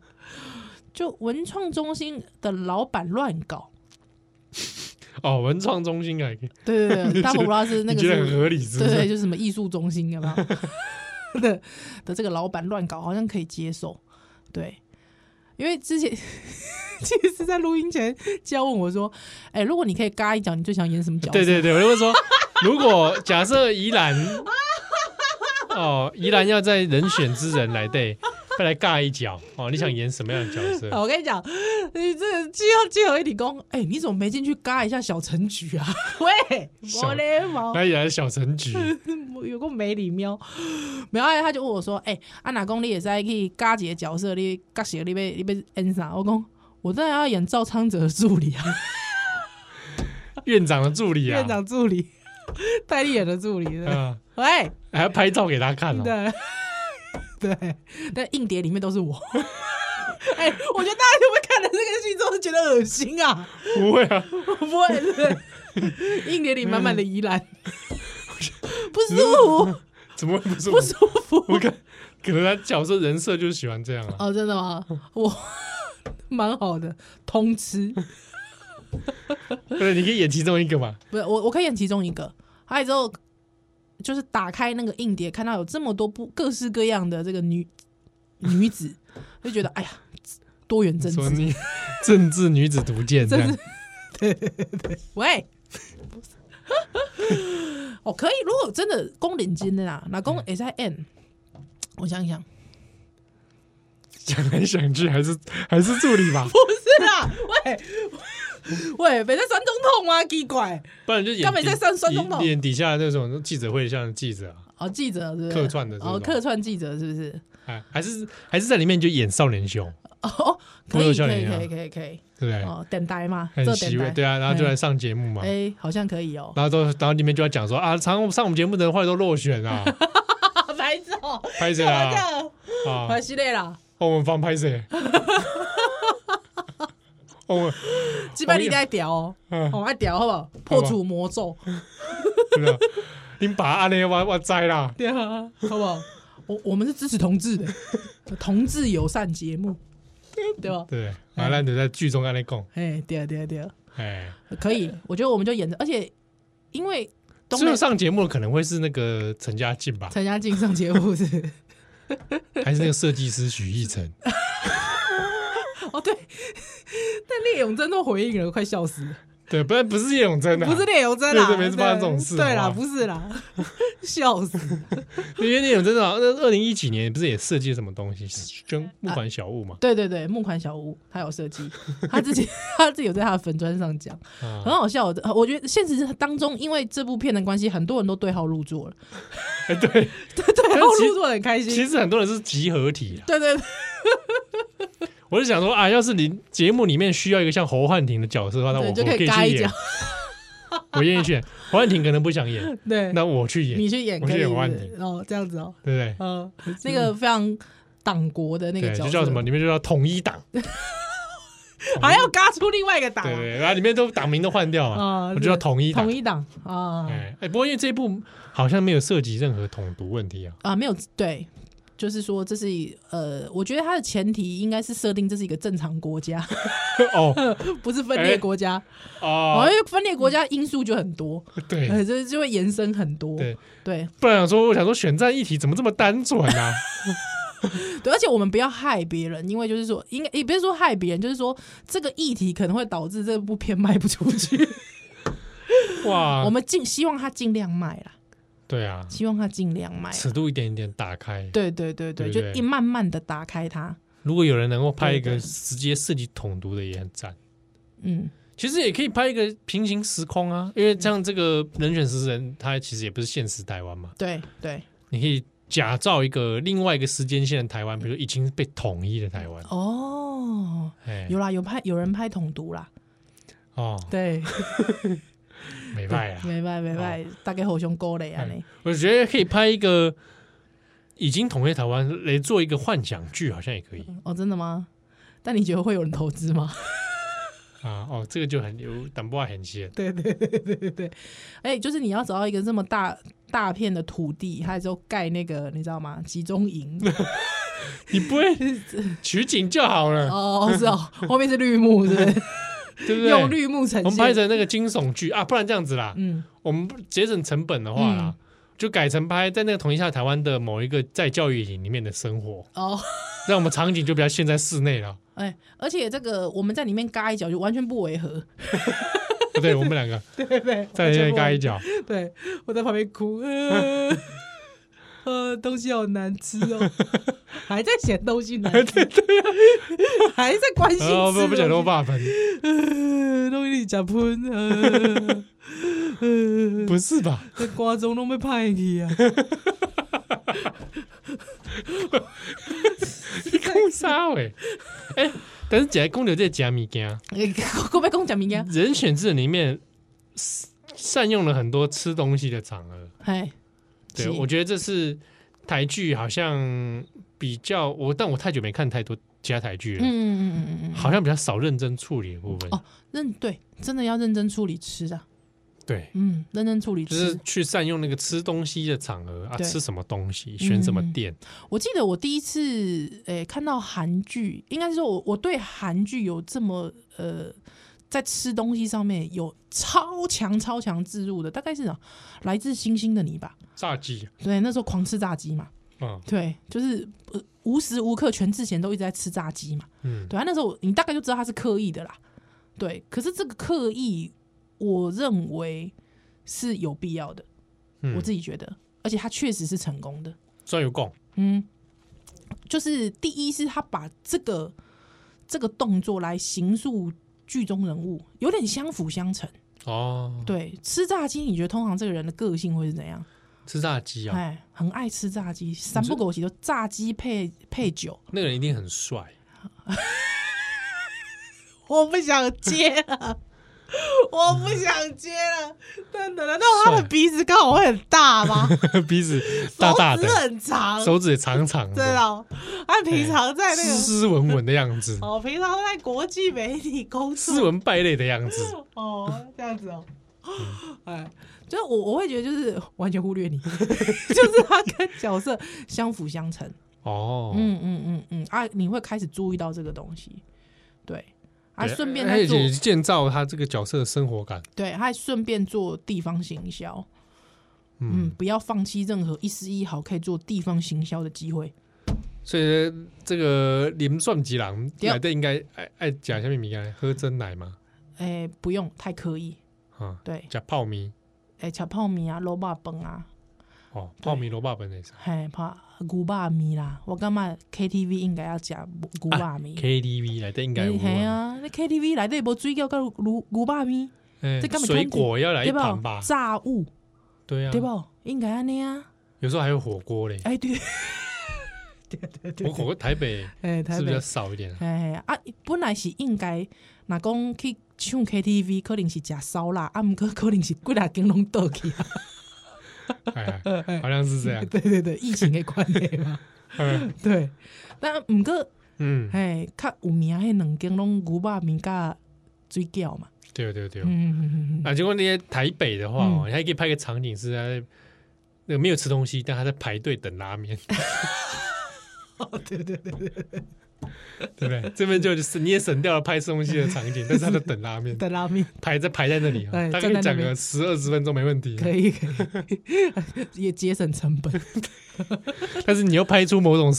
S3: 就文创中心的老板乱搞，
S2: 哦，文创中心啊，
S3: 对对 对，大佛普拉斯那
S2: 你
S3: 个
S2: 觉得
S3: 是
S2: 很合理是不
S3: 对对，
S2: 是？
S3: 就是什么艺术中心有没有 的的这个老板乱搞，好像可以接受。对，因为之前 其实，在录音前就要问我说：“哎、如果你可以嘎一脚，你最想演什么角色？”
S2: 对对对，我就会说，如果假设宜兰，哦，宜兰要在人选之人来对，再来尬一脚哦，你想演什么样的角色？
S3: 好我跟你讲，你这个既要结合一理工，哎、你怎么没进去嘎一下小陈菊啊？ 喂，
S2: 小
S3: 我嘞毛，
S2: 那宜兰小陈菊，
S3: 有个没礼貌。没有，他就问我说：“哎、啊哪公你也在去嘎几个角色，你嘎几个你被你被演啥？”我讲：“我当然要演赵昌泽的助理啊。”
S2: 院长的助理啊，
S4: 院长助理，戴丽演的助理，对
S2: 啊，
S4: 喂，
S2: 还要拍照给他看哦。
S4: 对， 对，
S3: 但硬碟里面都是我，
S4: 哎、我觉得大家会不会看了这个剧之后就觉得恶心啊？
S2: 不会啊，
S4: 不会，对不 对，硬碟里满满的宜兰， 不舒服，
S2: 怎么会不是我
S4: 不？舒服。
S2: 我看可能他角色人设就是喜欢这样啊。
S4: 哦，真的吗？我 蛮好的，通吃。
S2: 对，你可以演其中一个嘛。
S3: 不是我我可以演其中一个，还有之后就是打开那个硬碟，看到有这么多不各式各样的这个女女子，就觉得哎呀，多元政
S2: 说
S3: 治，
S2: 你政治女子图鉴这样，
S3: 喂。哦，可以。如果真的公领巾的啦，老
S2: 嗯
S3: 公 S I N，我想一想，
S2: 想来想去还是还是助理吧，
S4: 不 是啦，喂喂，别在酸中痛吗？奇怪，
S2: 不然就演
S4: 干嘛
S2: 底
S4: 在上酸
S2: 底
S4: 中头
S2: 演底下那种记者会像记者啊，
S3: 哦，记者是不是
S2: 客串的这种
S3: 哦，客串记者是不是？
S2: 哎，还是还是在里面就演少年凶，
S3: 哦，
S2: 不
S3: 可
S2: 如
S3: 以，
S2: 笑啊
S3: 可
S2: 脸一
S3: 以，
S2: 样
S3: 可以，可以，可以。
S2: 对不对？
S3: 哦，等待嘛，
S2: 哎很
S3: 做
S2: 习
S3: 等
S2: 惯，
S3: 待，
S2: 对啊，然后就来上节目嘛，
S3: 哎，好像 可以哦。
S2: 然后都然后里面就要讲说啊，常上我们节目的人后来都落选啊，
S4: 啊白走，
S2: 拍谁
S4: 干嘛这
S2: 啊？
S4: 样？
S2: 啊，
S4: 系列啦，
S2: 我们方拍 谁？我们
S4: 基本你在屌哦，哦爱屌好不好？破除魔咒，
S2: 真的，啊你把阿雷我我摘啦，
S4: 对啊，
S3: 好不好？我我们是支持同志的，同志友善节目，
S4: 对吧？
S2: 对，
S3: 嗯
S2: 完了你在剧中阿雷讲，
S4: 哎，对啊，对啊，对啊，
S2: 哎，
S3: 可以。我觉得我们就演着，而且因为东
S2: 最
S3: 北
S2: 后上节目的可能会是那个陈嘉静吧，
S3: 陈嘉靖上节目是，
S2: 还是那个设计师许逸晨？
S4: 哦对，但聂永真都回应了，快笑死了，
S2: 对，不然不是叶永贞啊，
S4: 不是聂永真啦，
S2: 对对没事发生这种事
S4: 对
S2: 好
S4: 啦，
S2: 不
S4: 不是啦， 笑死，
S2: 因为叶永贞啊，那二零一几年不是也设计了什么东西，
S3: 啊
S2: 捐募款小物嘛，
S3: 对对对，木款小屋他有 设计，他自己他自己有在他的粉砖上讲，很
S2: 啊，
S3: 好笑。我我觉得现实当中，因为这部片的关系，很多人都对号入座了，
S2: 哎 对，
S4: 对，然后入座很开
S2: 其
S4: 心，
S2: 实很多人是集合体啦。啊
S3: 对对对
S2: 我是想说啊，要是你节目里面需要一个像侯汉廷的角色的话，那我
S3: 对，就
S2: 我
S3: 可
S2: 可
S3: 以
S2: 以
S3: 嘎
S2: 去
S3: 一
S2: 演
S3: 脚，，
S2: 我愿意去演。侯汉廷可能不想演，
S4: 对，
S2: 那我去演，
S3: 你去演
S2: 我
S3: 可以
S2: 去
S3: 是
S2: 演侯汉
S3: 不
S2: 廷，
S3: 是，
S4: 哦这样子哦，
S2: 对不
S4: 嗯，
S3: 那个非常党国的那
S2: 对？
S3: 个
S2: 对，
S3: 角
S2: 就
S3: 色
S2: 叫什么？里面就叫统一党，对
S4: 还要嘎出另外一个啊档
S2: 对，对然后里面都党名都换掉嘛，
S3: 哦
S4: 啊
S2: 我就叫统一党
S4: 同。一档啊，
S2: 哎哎，不过因为这一部好像没有涉及任何统独问题啊，
S3: 啊，没有对，就是说这是一呃，我觉得它的前提应该是设定这是一个正常国家，
S2: 哦
S3: 不是分
S2: 哎
S3: 裂国家，哦，
S2: 哦，
S3: 因为分裂国家因素就很多，
S2: 对
S3: 呃，这就会延伸很多，
S2: 对，
S3: 对
S2: 不然想说我想说选战议题怎么这么单纯啊？
S3: 对，而且我们不要害别人，因为就是说，应该也不是说害别人，就是说这个议题可能会导致这部片卖不出去，
S2: 哇，
S3: 我们尽希望它尽量卖啦，
S2: 对啊，
S3: 希望它尽量卖啦。
S2: 尺度一点一点打开，
S3: 哎对对对对，
S2: 对
S3: 就
S2: 对
S3: 一慢慢的打开它，
S2: 如果有人能够拍一个
S3: 对对
S2: 直接涉及统独的也很赞。
S3: 嗯，
S2: 其实也可以拍一个平行时空啊，因为像这个人选食人，他其实也不是现实台湾嘛，
S3: 对对，
S2: 你可以假造一个另外一个时间线的台湾，比如已经被统一的台湾，
S3: 哦，
S2: 哎，
S3: 有啦，有拍有人拍统独啦。
S2: 哦，
S3: 对，
S2: 美败 啊！
S3: 明白明白，大概互相啊勾勒安尼。
S2: 我觉得可以拍一个已经统一台湾来做一个幻想剧，好像也可以
S3: 哦，真的吗？但你觉得会有人投资 吗？
S2: 啊。哦，这个就很有淡薄很线，
S4: 对对对对对对，
S3: 哎、就是你要找到一个这么大大片的土地，还有之后盖那个，你知道吗？集中 营。
S2: 你 不会取景就好了，
S3: 哦，是哦，后面是绿幕，是不是？
S2: 对不对？
S3: 用绿幕呈
S2: 我们拍
S3: 现。
S2: 成那个惊悚剧啊，不然这样子啦，
S3: 嗯，
S2: 我们节省成本的话啦，就改成拍在那个统一下台湾的某一个在教育营里面的生活，
S3: 哦，
S2: 让我们场景就比较现在室内了。
S3: 哎、而且这个我们在里面嘎一脚就完全不违和。
S2: 不对，我们两个
S4: 对对，
S2: 在那边嘎一 脚，
S4: 对，我在旁边哭，呃，呃，东西好难吃哦， 还在嫌东西难
S2: 哎
S4: 吃，还在关心吃
S2: 哦，
S4: 东西，
S2: 不不讲多霸 分，
S4: 呃，东西食喷，呃， 呃，
S2: 不是吧？
S4: 这瓜中拢要歹去啊，
S2: 空杀 喂，哎，但是讲公牛这假物件，
S3: 哎我被讲讲明天，
S2: 人选之人里面善用了很多吃东西的场合，
S3: 哎，
S2: 对
S3: 是
S2: 我觉得这是台剧好像比较我，但我太久没看太多其他台剧
S3: 嗯
S2: 了，
S3: 嗯嗯嗯嗯嗯，
S2: 好像比较少认真处理的部分。
S3: 哦认对，真的要认真处理吃啊，
S2: 对，
S3: 嗯，认真处理
S2: 就
S3: 吃。
S2: 是去善用那个吃东西的场合啊，
S3: 对
S2: 吃什么东西，选什么
S3: 嗯
S2: 店，
S3: 我记得我第一次诶、看到韩剧，应该是说我我对韩剧有这么呃，在吃东西上面有超强超强自入的，大概是啊来自星星的你吧？
S2: 炸鸡，
S3: 对，那时候狂吃炸鸡嘛，
S2: 嗯
S3: 对，就是、呃、无时无刻全智贤都一直在吃炸鸡嘛，
S2: 嗯，
S3: 对啊，那时候你大概就知道他是刻意的啦。对，可是这个刻意，我认为是有必要的，
S2: 嗯
S3: 我自己觉得，而且他确实是成功的。
S2: 专有供，
S3: 嗯，就是第一是他把这个这个动作来形塑剧中人物，有点相辅相成。
S2: 哦，
S3: 对，吃炸鸡，你觉得通常这个人的个性会是怎样？
S2: 吃炸鸡啊，
S3: 哎，很爱吃炸鸡，三不狗起就炸鸡配配酒。
S2: 那个人一定很帅，
S4: 我不想接了，我不想接了。等等，难道他的鼻子刚好会很大吗？
S2: 鼻子 大大
S4: 手指
S2: 的，
S4: 很长，
S2: 手指也长长
S4: 对
S2: 的，
S4: 哦。他平常在那
S2: 斯
S4: 个
S2: 斯文文的样子，
S4: 哦，平常在国际媒体工
S2: 斯
S4: 作
S2: 文败类的样子，
S4: 哦，这样子哦。哎，
S3: 就是我我会觉得就是完全忽略你， 就是他跟角色相辅相成。
S2: 哦，
S3: 嗯嗯嗯嗯啊，你会开始注意到这个东西，对，还
S2: 对
S3: 顺便
S2: 而
S3: 在做
S2: 且，建造他这个角色的生活感，
S3: 对，还顺便做地方行销。嗯
S2: 嗯，，
S3: 不要放弃任何一丝一毫可以做地方行销的机会。
S2: 所以这个林算吉郎
S3: 对
S2: 来的应该爱爱讲下面米干喝真奶嘛，
S3: 哎、不用太刻意，
S2: 啊，
S3: 对，
S2: 加泡米
S3: 哎、炒泡米啊，萝卜崩啊，
S2: 哦，泡米萝卜本也是
S3: 嘿，怕古巴米啦，我感觉 KTV 应该要加古巴米。
S2: KTV 来的啊应该有
S3: 你
S2: 啊
S3: 嘿，啊，那 KTV 来底无水饺跟牛牛肉面，
S2: 哎
S3: 这根本
S2: 水果要来一
S3: 对
S2: 盘
S3: 吧？
S2: 吧，
S3: 炸物
S2: 对啊，
S3: 对不？应该安尼啊，
S2: 有时候还有火锅嘞，
S3: 哎 对，
S2: 我火锅台北
S4: 哎，台
S2: 是不是
S4: 北
S2: 要少一点啊？
S3: 哎啊，本来是应该，若讲去唱 KTV 可能是食烧腊，啊，毋过可能是几若间拢倒去啊，
S2: 哎，哎好像是这样，
S4: 对对对，疫情的关系 嘛，
S2: 嗯
S4: 对，
S3: 但毋过
S2: 嗯，
S3: 嘿，较有名迄两间拢牛肉面甲水饺嘛，
S2: 对对对，
S3: 嗯嗯嗯嗯，
S2: 啊，结果那些台北的话，哦，
S3: 嗯
S2: 你还可以拍个场景是他在那个没有吃东西，但他在排队等拉面，
S4: 哦对对对对，
S2: 对不对？这边就是你也省掉了拍吃东西的场景，但是他在等拉 面，
S4: 在拉面
S2: 排在排在那里啊，
S4: 哎
S2: 大
S4: 站在
S2: 概
S4: 那
S2: 讲
S4: 边
S2: 个十二十分钟没问题啊。
S4: 可以可 以，也节省成本。
S2: 但是你要拍出某种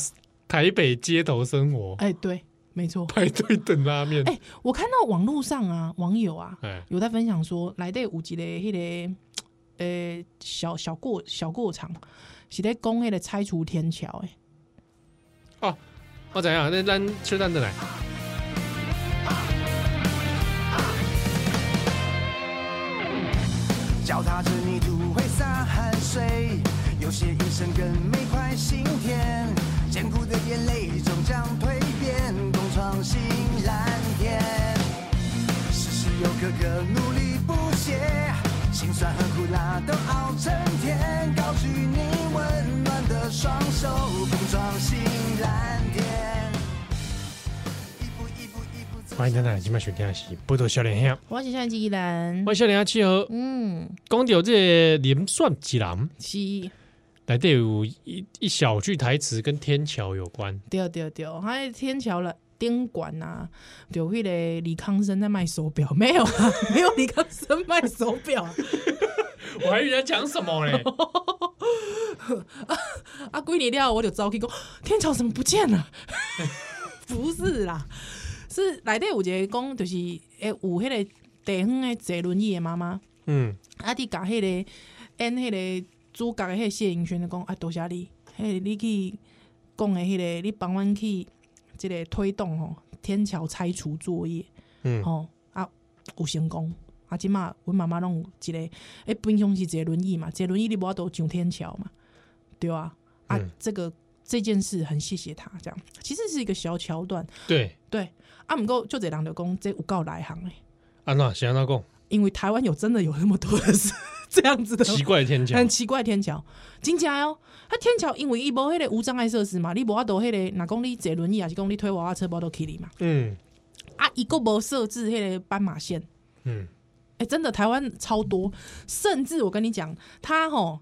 S2: 台北街头生活，
S3: 哎对，没错，
S2: 排队等拉面，
S3: 哎我看到网络上啊，网友啊
S2: 哎，
S3: 有在分享说，内底有一个迄、个。呃，小小过小过场，是在讲迄个拆除天桥诶，
S2: 哦我怎样？那咱吃蛋的来，
S6: 脚踏着泥土挥洒汗水，有些一生更没块心田，艰苦的眼泪终将蜕变，共创新蓝天。时时有刻刻努力不懈，辛酸和苦辣都熬成甜，高举你温暖的双手，共创新蓝天。一步一步一步走
S2: 欢迎蛋奶，今麦选天是波多笑脸
S4: 啊
S2: 兄，
S3: 我是相机依然
S2: 欢迎笑脸兄契合。
S3: 嗯，
S2: 讲到这个林算吉郎，
S3: 是，
S2: 来这有一一小句台词跟天桥有关，
S3: 对对对，还天桥了。宾馆呐，有迄个李康生在卖手表，没有啊， 没有李康生卖手表啊，
S2: 我还以为他讲什么嘞？
S3: 啊，归你料，我就走去讲天桥怎么不见了？ 不是啦，是内底有一个讲，就是诶，有迄个地方的坐轮椅的妈妈，
S2: 嗯，
S3: 啊，伫甲迄个演迄个主角的迄个谢盈萱就讲啊，多谢你，迄、个你去讲的迄、个，你帮阮去即个推动吼天桥拆除作业，
S2: 嗯
S3: 吼、啊有成功。啊，即嘛，阮妈妈拢有一个，诶，平常是坐轮椅嘛，坐轮椅你无法度上天桥嘛，对啊，啊，
S2: 嗯
S3: 这个这件事很谢谢他，这样其实是一个小桥段，
S2: 对，
S3: 对，啊，毋过就这人就讲这有够内行诶，
S2: 安娜想到讲，
S3: 因为台湾有真的有那么多的事
S4: 这样子 的
S2: 奇怪的天桥
S3: 很奇怪的天桥，真正哦，它天桥因为伊无迄个无障碍设施嘛，你无法度迄个，若讲你坐轮椅还是讲你推娃娃车，无都去你嘛。
S2: 嗯
S3: 啊，伊个无设置迄个斑马线，
S2: 嗯，
S3: 哎、真的台湾超多，甚至我跟你讲，它吼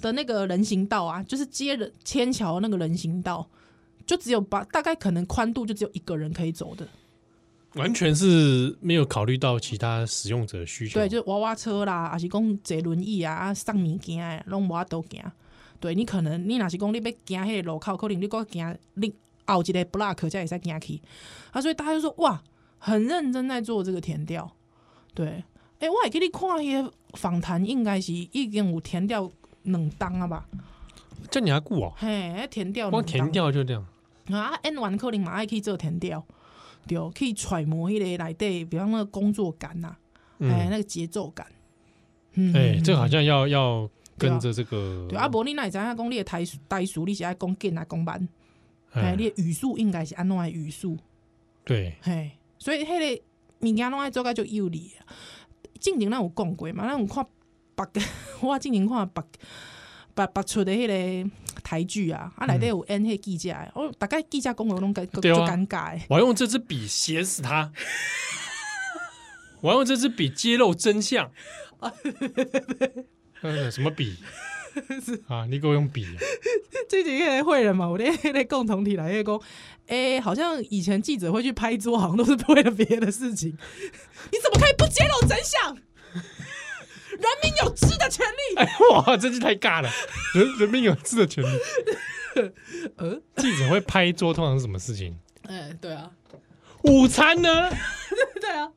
S3: 的那个人行道啊，就是接人天桥那个人行道，就只有把大概可能宽度就只有一个人可以走的，
S2: 完全是没有考虑到其他使用者的需求。
S3: 对，就是娃娃车啦，还是讲坐轮椅啊，啊送物件的，拢无法度行。对你可能你若是讲你要行迄个路口，可能你搁行另后一个 block 才会使行去。啊，所以大家就说哇，很认真在做这个填调。对，诶、我会给你看迄个访谈，应该是已经有填调两档啊吧？
S2: 这你还顾哦，
S3: 嘿，填调
S2: 光
S3: 两
S2: 填
S3: 档
S2: 掉就这样。
S3: 啊，N 完可能嘛爱去做填调，对，去揣摩迄个内底，比方那个工作感呐、啊，哎、
S2: 嗯，
S3: 那个节奏感。嗯
S2: 哎，这个好像要要
S3: 对啊
S2: 跟着这个
S3: 对啊，无你哪会知影讲你的台台词，你是爱讲紧啊讲慢，哎，
S2: 哎
S3: 你的语速应该是安怎的语速？
S2: 对，
S3: 嘿，所以迄个物件拢爱做甲就有理啊。进前咱有讲过嘛，咱有看北， 我进前看北北北出的迄个台剧啊，啊内底有演迄个记者的，我大概记者讲话拢感就
S2: 嗯对啊
S3: 尴尬的。
S2: 我要用这支笔写死他， 我要用这支笔揭露真相。 呃，什么 笔啊？你给我用笔啊、
S4: 最近个会人嘛，我咧咧共同体来个讲，
S3: 诶、欸好像以前记者会去拍桌，好像都是为了别的事情。 你怎么可以不揭露真相？人民有知的权利。
S2: 哎， 哇，这句太尬了！人人民有自的权利。 记者会拍桌，通常是什么事 情？
S3: 哎、对啊，
S2: 午餐呢？
S3: 对啊，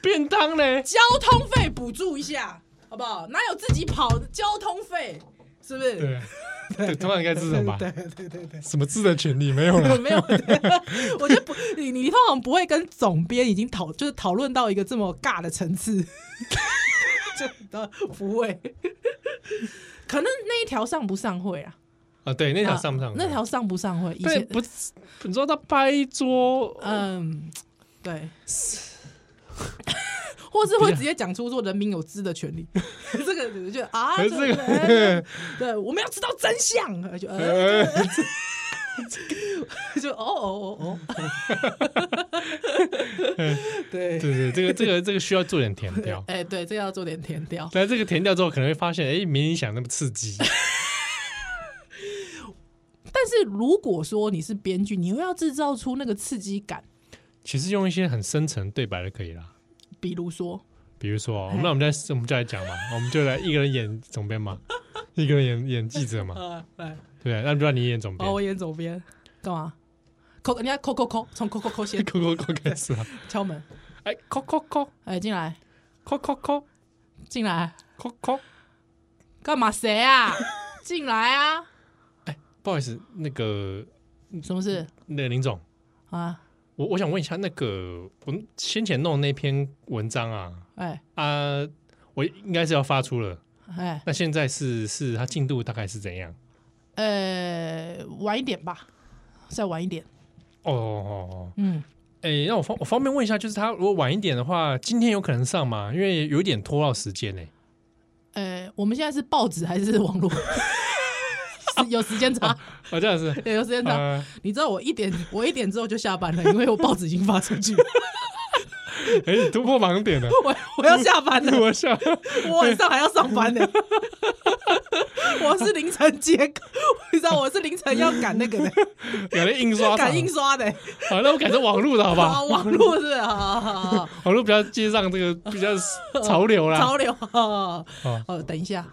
S2: 便当呢？
S3: 交通费补助一下，好不好？哪有自己跑的交通费？是不是？
S2: 对， 对，通常应该是什么吧？
S4: 对对对 对，
S2: 什么自的权利没 有 了？
S4: 没有，我觉得不，你你通常不会跟总编已经讨就是讨论到一个这么尬的 层次，就的不会。
S3: 可能那一条上不上会啊？
S2: 啊，对，那
S3: 那
S2: 条上不上？
S3: 那条上不上会？以
S2: 对，
S3: 前
S2: 不是，你说他拍桌，
S3: 嗯，对， 或是会直接讲出说人民有知的权利， 这个我觉得啊，
S2: 可是这
S3: 对
S2: 个
S3: 对对，我们要知道真相，就呃
S2: 呃，
S3: 就哦哦哦哦，
S4: 对
S2: 对 对，这个这个这个需要做点填 调。
S3: 哎，对，这个要做点填调。
S2: 但这个填掉之后，可能会发现，哎，没你想那么刺激。
S3: 但是如果说你是编剧，你又要制造出那个刺激感，
S2: 其实用一些很深层对白的可以啦，
S3: 比如说，
S2: 比如说，哦我们那我
S4: 哎
S2: 们再我们就来讲嘛，我们就来一个人演总编嘛，一个人演演记者嘛，
S4: 呃，来，
S2: 对不对？那就让你演总编
S4: 哦，，我演总编，
S3: 哎干嘛？扣，人家扣扣扣，从扣扣 扣先
S2: 扣扣扣开始 啊，
S3: 敲门，
S2: 哎，扣扣扣
S3: 哎，进来，
S2: 扣扣扣
S3: 进来，
S2: 扣扣，
S3: 干嘛？谁啊？进来啊？
S2: 不好意思，那个嗯
S3: 什么事
S2: 那个林总，
S3: 啊？
S2: 我我想问一下，那个我先前弄的那篇文章啊
S3: 哎
S2: 啊，我应该是要发出了，
S3: 哎
S2: 那现在是是它进度大概是怎样？
S3: 呃，晚一点吧，再晚一点。
S2: 哦哦哦。
S3: 嗯，
S2: 哎，那我方我方便问一下，就是他如果晚一点的话，今天有可能上吗？因为有点拖到时间呢、
S3: 呃，我们现在是报纸还是 网络？是有时间差，
S2: 哦，这样 是，
S3: 对有时间差。
S2: 呃，
S3: 你知道我一点，我一点之后就下班了，因为我报纸已经发 出去了，
S2: 哎、你突破盲点了，
S4: 我我要下班了，
S2: 我想，
S4: 我晚上还要上班呢。 我是凌晨接，你知道我是凌晨要赶那个的，
S2: 有点印 刷，
S4: 赶印，刷的，
S2: 好，那我改成网络的好不
S4: 啊，
S2: 好？
S4: 网 络是啊，好好好好
S2: 网络比较接上这个比较潮流啦，
S4: 潮流。哦
S2: 哦，
S3: 哦，等一下，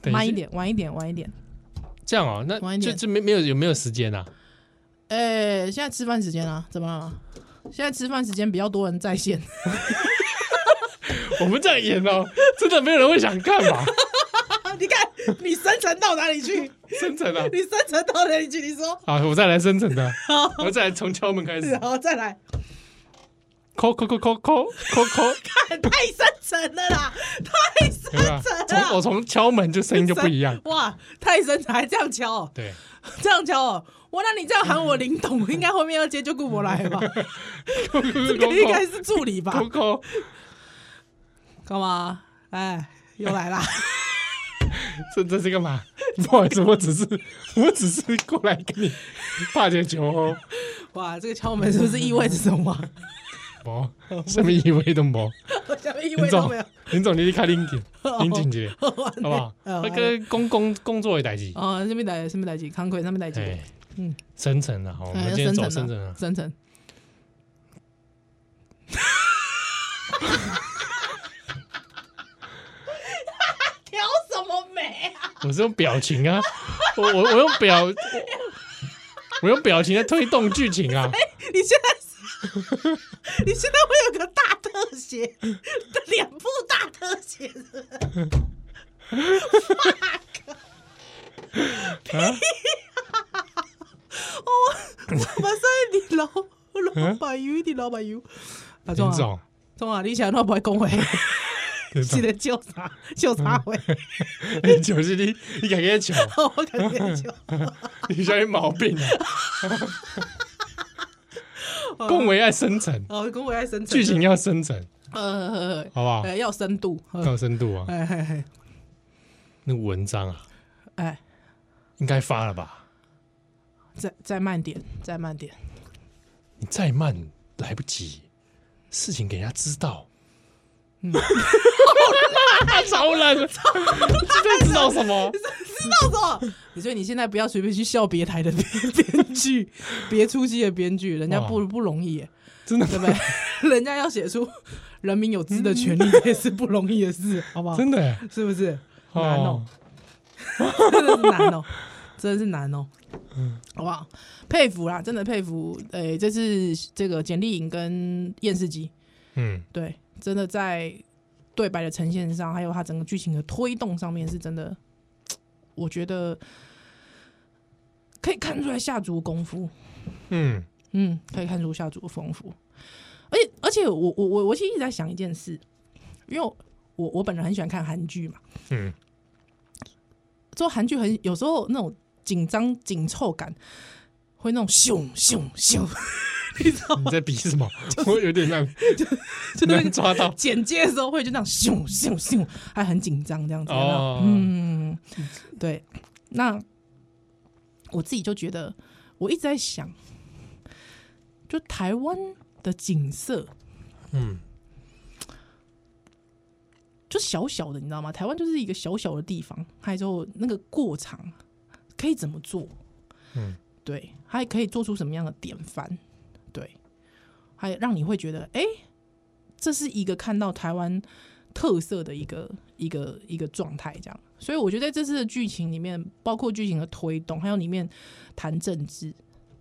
S2: 等
S3: 慢
S2: 下
S3: 一，点，晚一点，晚一点。
S2: 这样哦，那
S3: 晚一
S2: 就
S3: 点
S2: 就没没有有没有时间啊？
S3: 呃，现在吃饭时间啊，怎么了吗？现在吃饭时间比较多人在线，
S2: 我们这样演哦，真的没有人会想看 吧？
S4: 你看你深沉到哪里去？
S2: 深层啊，
S4: 你深沉到哪里去？你说，
S2: 啊，我再来深层的， 我再来从敲门开始
S4: 然，后再来，
S2: 扣扣扣扣扣扣扣。
S4: 看太深沉了啦，太深
S2: 对 吧？
S4: 沉
S2: 从
S3: 啊
S4: 了
S2: 我。从敲门就声音就不一样，
S4: 哇，太深沉，还这样敲、哦，
S2: 对。
S4: 这样敲、哦，哇，那你这样喊我林董，应该后面要接就顾不来了吧？
S2: 这
S4: 这个应 该是助理吧？
S2: Coco，
S4: 干嘛？哎，又来啦！
S2: 这这是干嘛？ 不好意思，我只是 我只是过来跟你怕点球哦，
S3: 哇，这个敲门是不是意味着什么啊？
S2: 无什么意味都无。
S3: 我下面意
S2: 林
S3: 味都
S2: 总
S3: 没有。，哦
S2: 林总，你去开冷 静，冷静一下，
S3: 好
S2: 好不好？那个工工工作的代志，
S3: 哦，这边来，这边来几，康奎那边来几，
S2: 哎，
S3: 嗯，
S2: 深层啊，我
S3: 哎
S2: 们
S3: 要
S2: 今天走深
S3: 深
S2: 层
S3: 层
S2: 啊
S3: 啊，，深层。挑什么眉啊？
S2: 我是用表情啊， 我我我用表，我我用表情在推动剧情啊，
S3: 你现在是，你现在会有个大特写，脸部大特写是不是
S2: 啊，
S3: 哦，我所以你老老板油，你老板油。啊，
S2: 林
S3: 总啊，
S2: 总，
S3: 总啊，你想到不会讲话，
S2: 林
S3: 记
S2: 总，
S3: 得救啥救啥会，
S2: 你就是你，你敢跟球，
S3: 我感觉救。
S2: 你小有毛病啊， 恭维爱深层，
S3: 哦，跟我在深层
S2: 剧情要深层，
S3: 呃，
S2: 好不好？
S3: 呃，要深度，
S2: 要深度啊，
S3: 哎哎
S2: 那文章啊，
S3: 哎，
S2: 应该发了吧？
S3: 再再慢点，再慢点，
S2: 你再慢来不及，事情给人家知道。嗯，超烂的，这知道什么？
S3: 知道什么？所以你现在不要随便去笑别台的 编编剧，别出息的编剧，人家不
S2: 哇
S3: 不容易耶，
S2: 真的
S3: 对不对？ 人家要写出人民有知的权利，这也是不容易的 事，好不好？
S2: 真的耶
S3: 是不是？哦难
S2: 哦
S3: 哦，， 真的是难哦，真的是难哦。
S2: 嗯
S3: 好不好？佩服啦，真的佩服。诶、这次这个简历营跟验视机，
S2: 嗯，
S3: 对，真的在对白的呈现上，还有它整个剧情的推动上面，是真的，我觉得可以看出来下足功夫。
S2: 嗯，
S3: 嗯，可以看出下足的功夫。而且而且我，我我我其实一直在想一件事，因为我我我本人很喜欢看韩剧嘛，
S2: 嗯，
S3: 之后韩剧很有时候那种紧张紧凑感。会那种咻咻咻， 你知道
S2: 你在比 什么？我有点难，
S3: 就那
S2: 难
S3: 个
S2: 抓到。
S3: 剪接的时候会就那样咻咻咻，还很紧张这样子。有没有
S2: 哦
S3: 嗯，对。那我自己就觉得，我一直在想，就台湾的景色，
S2: 嗯，
S3: 就小小的，你知道吗？台湾就是一个小小的地方，还有之后那个过场可以怎么做？
S2: 嗯，
S3: 对，还可以做出什么样的典范？对，还有让你会觉得，哎、这是一个看到台湾特色的一个一个一个状态，这样。所以我觉得在这次的剧情里面，包括剧情的推动，还有里面谈政治，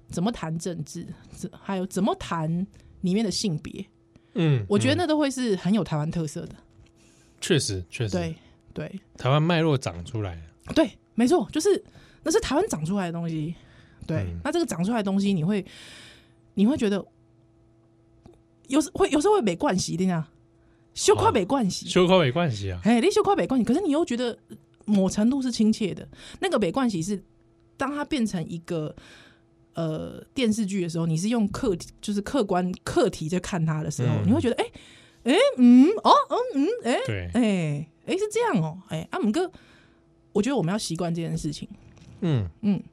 S3: 怎么谈政治，这还有怎么谈里面的性别，
S2: 嗯，
S3: 我觉得
S2: 嗯
S3: 那都会是很有台湾特色的。
S2: 确实确实，
S3: 对对，
S2: 台湾脉络长出来了。
S3: 对，没错，就是那是台湾长出来的东西。对，
S2: 嗯
S3: 那这个长出来的东西，你会你会觉得有时会有时候会被惯习的呀，羞夸被惯习。
S2: 哦修口没关系啊，
S3: 哎、你羞夸被惯习，可是你又觉得某程度是亲切的。那个被惯习是当它变成一个。呃，电视剧的时候，你是用客体就是客观客体在看它的时候，
S2: 嗯
S3: 你会觉得，哎、哎、嗯，哦，哦，嗯，哎、
S2: 对，
S3: 哎、哎、是这样哦、哎、阿姆哥，我觉得我们要习惯这件事情。
S2: 嗯
S3: 嗯，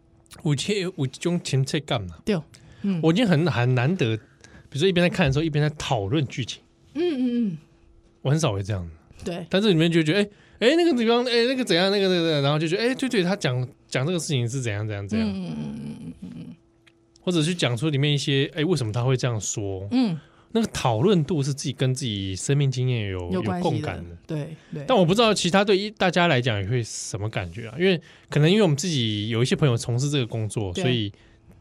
S2: 有切有这种亲切感嘛。
S3: 对，嗯
S2: 我已经很很难得，比如说一边在看的时候，一边在讨论剧情，
S3: 嗯嗯嗯，
S2: 我很少会这样。
S3: 对，
S2: 但是里面就觉得，哎、哎、那个地方，哎、那个怎样，那个那个，然后就觉得，哎、对对，他讲讲这个事情是怎样怎样怎样，
S3: 嗯
S2: 或者去讲出里面一些，哎、为什么他会这样说？
S3: 嗯，
S2: 那个讨论度是自己跟自己生命经验有
S3: 嗯有关
S2: 共
S3: 系
S2: 感
S3: 的
S2: 的。，
S3: 对对。
S2: 但我不知道其他对一大家来讲也会什么感觉啊？因为可能因为我们自己有一些朋友从事这个工作，
S3: 对
S2: 所以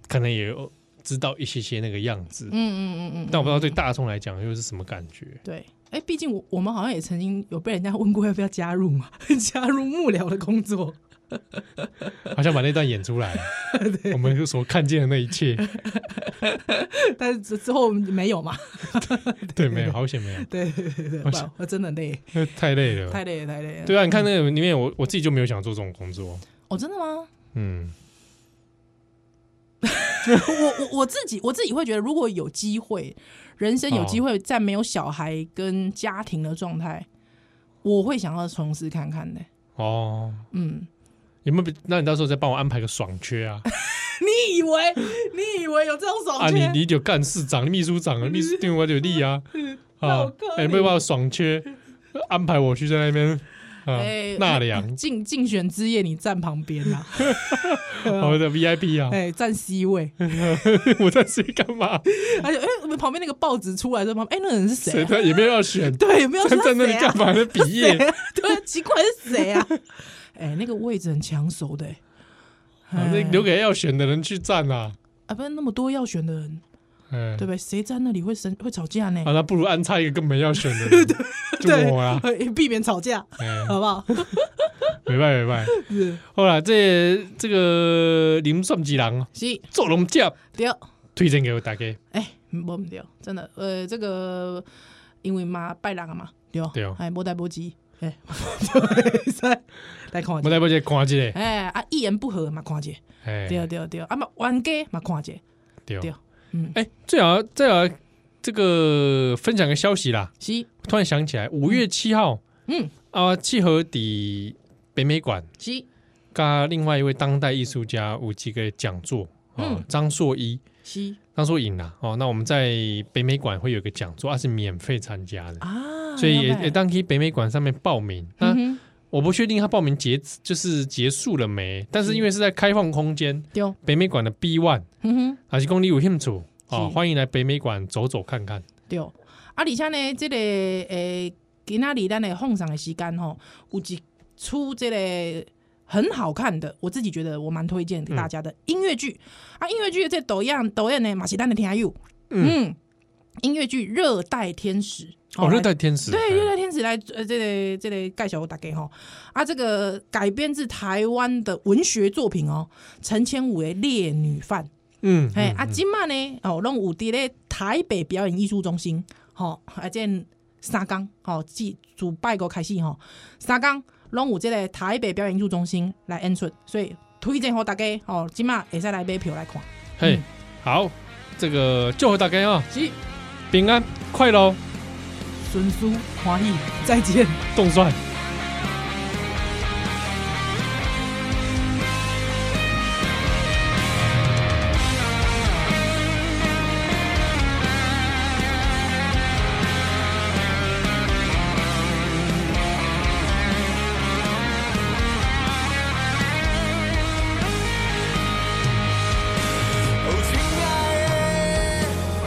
S2: 可能也有知道一些些那个样子。
S3: 嗯嗯嗯嗯，
S2: 但我不知道对大众来讲又是什么感觉。
S3: 对。哎，毕竟我我们好像也曾经有被人家问过要不要加入嘛， 加入幕僚的工作。
S2: 好像把那段演出来，我们所看见的那一 切，
S3: 但是之之后没有嘛？
S2: 对，没有，好险没有。
S3: 对对对对，不然我真的累，
S2: 那太累了，
S3: 太嗯累了，太累了。
S2: 对啊，你看那个里面我，我自己就没有想做这种工作。
S3: 哦，真的吗？
S2: 嗯，
S3: 我我我自己我自己会觉得，如果有机会，人生有机会在没有小孩跟家庭的状态，我会想要从事看看的。
S2: 哦，
S3: 嗯，
S2: 有没有比？那你到时候再帮我安排个爽缺啊？
S3: 你以为你以为哦有这嗯种
S2: 啊，
S3: 爽
S2: 你
S3: 圈？
S2: 你就干事长、秘书长、啊秘书对我有利啊
S3: 那
S2: 啊
S3: 我告！诉
S2: 哎，有没有办法爽缺？安排我去在那边啊
S3: 哎
S2: 纳凉，
S3: 竞竞选之夜，你站旁边啊啦，
S2: 我的 VIP 啊！
S3: 哎，站 C 位，
S2: 嗯我在这里干嘛？
S3: 而且哎，我们旁边那个报纸出来的旁边，哎，那个人是谁
S2: 谁
S3: 啊？
S2: 在也没有要选，
S3: 对，有没有
S2: 站在那里干
S3: 嘛？
S2: 嘛？在比耶？
S3: 啊对，奇怪是谁啊？哎，那个位置很抢手的，欸哎
S2: 啊那留给要选的人去站啊！
S3: 啊，不然那么多要选的人，
S2: 哎
S3: 对不，对？谁在那里会生会吵架呢
S2: 啊，？那不如安插一个根本要选 的人，就我啦。
S3: 对，避免吵架，
S2: 哎，
S3: 好不好？
S2: 没办法，没
S3: 是
S2: 办法。后来这这个林算吉郎
S3: 是，
S2: 做龙甲
S3: 对。
S2: 推荐给我大家，
S3: 哎、无毋对，真的，呃，这个因为嘛拜六啊嘛，对，
S2: 对哦
S3: 哎，无代无志，哎， 会使来看
S2: 我
S3: 者，
S2: 来不及看一下。
S3: 哎啊，一言不合嘛看者，
S2: 哎，
S3: 对对对，啊嘛冤家嘛看者，
S2: 对
S3: 对嗯
S2: 哦，哎，最好最好这个分享个消息啦！
S3: 是
S2: 突然想起来，五月七号，
S3: 嗯
S2: 啊，契合底北美馆，
S3: 是
S2: 跟另外一位当代艺术家有几个讲座哦
S3: 嗯，
S2: 张硕一。
S3: 是
S2: 张硕颖啦，哦，那我们在北美馆会有个讲座，它、啊是免费参加的，
S3: 啊，
S2: 所以也
S3: 了解
S2: 也当去北美馆上面报名。那、
S3: 嗯哼
S2: 我不确定他报名结就是结束了没，但
S3: 嗯
S2: 是因为是在开放空间，
S3: 对，
S2: 北美馆的 B One
S3: 嗯哼
S2: 还是公里有兴趣哦，
S3: 是
S2: 欢迎来北美馆走走看看。
S3: 对，啊，而且呢，这个诶、今仔日咱的奉上的时间吼，有一出这个很好看的，我自己觉得我蛮推荐给
S2: 嗯
S3: 大家的音乐剧、啊，音乐剧这抖音抖音呢，马是咱的听友，嗯，音乐剧《热带天使》
S2: 哦，热
S3: 来
S2: 带天使，
S3: 对《
S2: 哎
S3: 热带天使》来呃，这个这个盖小大给吼啊，这个改编自台湾的文学作品哦，陈千武的《烈女犯》。
S2: 嗯，
S3: 哎
S2: 嗯，
S3: 啊，今嘛呢，哦，拢有伫咧台北表演艺术中心，吼、啊，这三工，吼、即自拜五开始吼、三工拢有即个台北表演艺术中心来演出，所以推荐互大家，吼、哦，今嘛会使来买票来看，
S2: 嘿
S3: 嗯，
S2: 好，这个祝贺大家啊，
S3: 是
S2: 平安快乐，
S3: 纯属欢喜，再见。
S2: 动算。
S6: 哦，亲爱的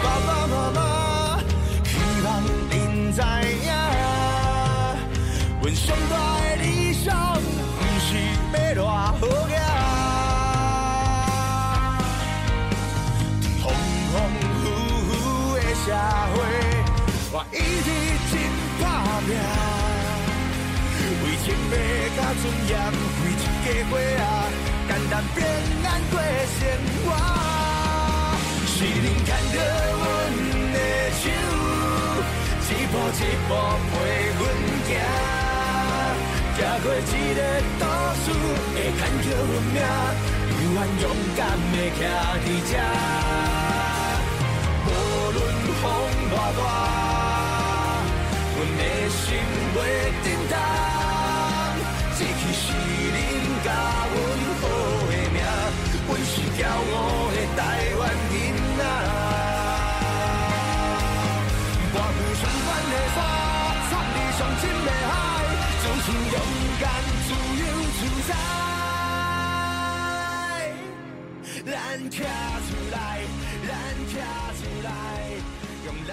S6: 爸爸妈妈，希望恁知影，阮上大的理想，不是要偌好个。伫风风雨雨的社会，我一直真打拼，为情义甲尊严，为一家伙啊，简单平安过生活。是恁牵着阮的手，一步一步陪阮行，行过一个都市，会牵着阮命，永远勇敢的徛伫这。无论风偌大，阮的心袂震动，这去是恁甲阮好的命，阮是骄傲的台湾囡仔。我不上班的山，插你上深的海，就是勇敢自由自在。咱站出来，咱站出来，用咱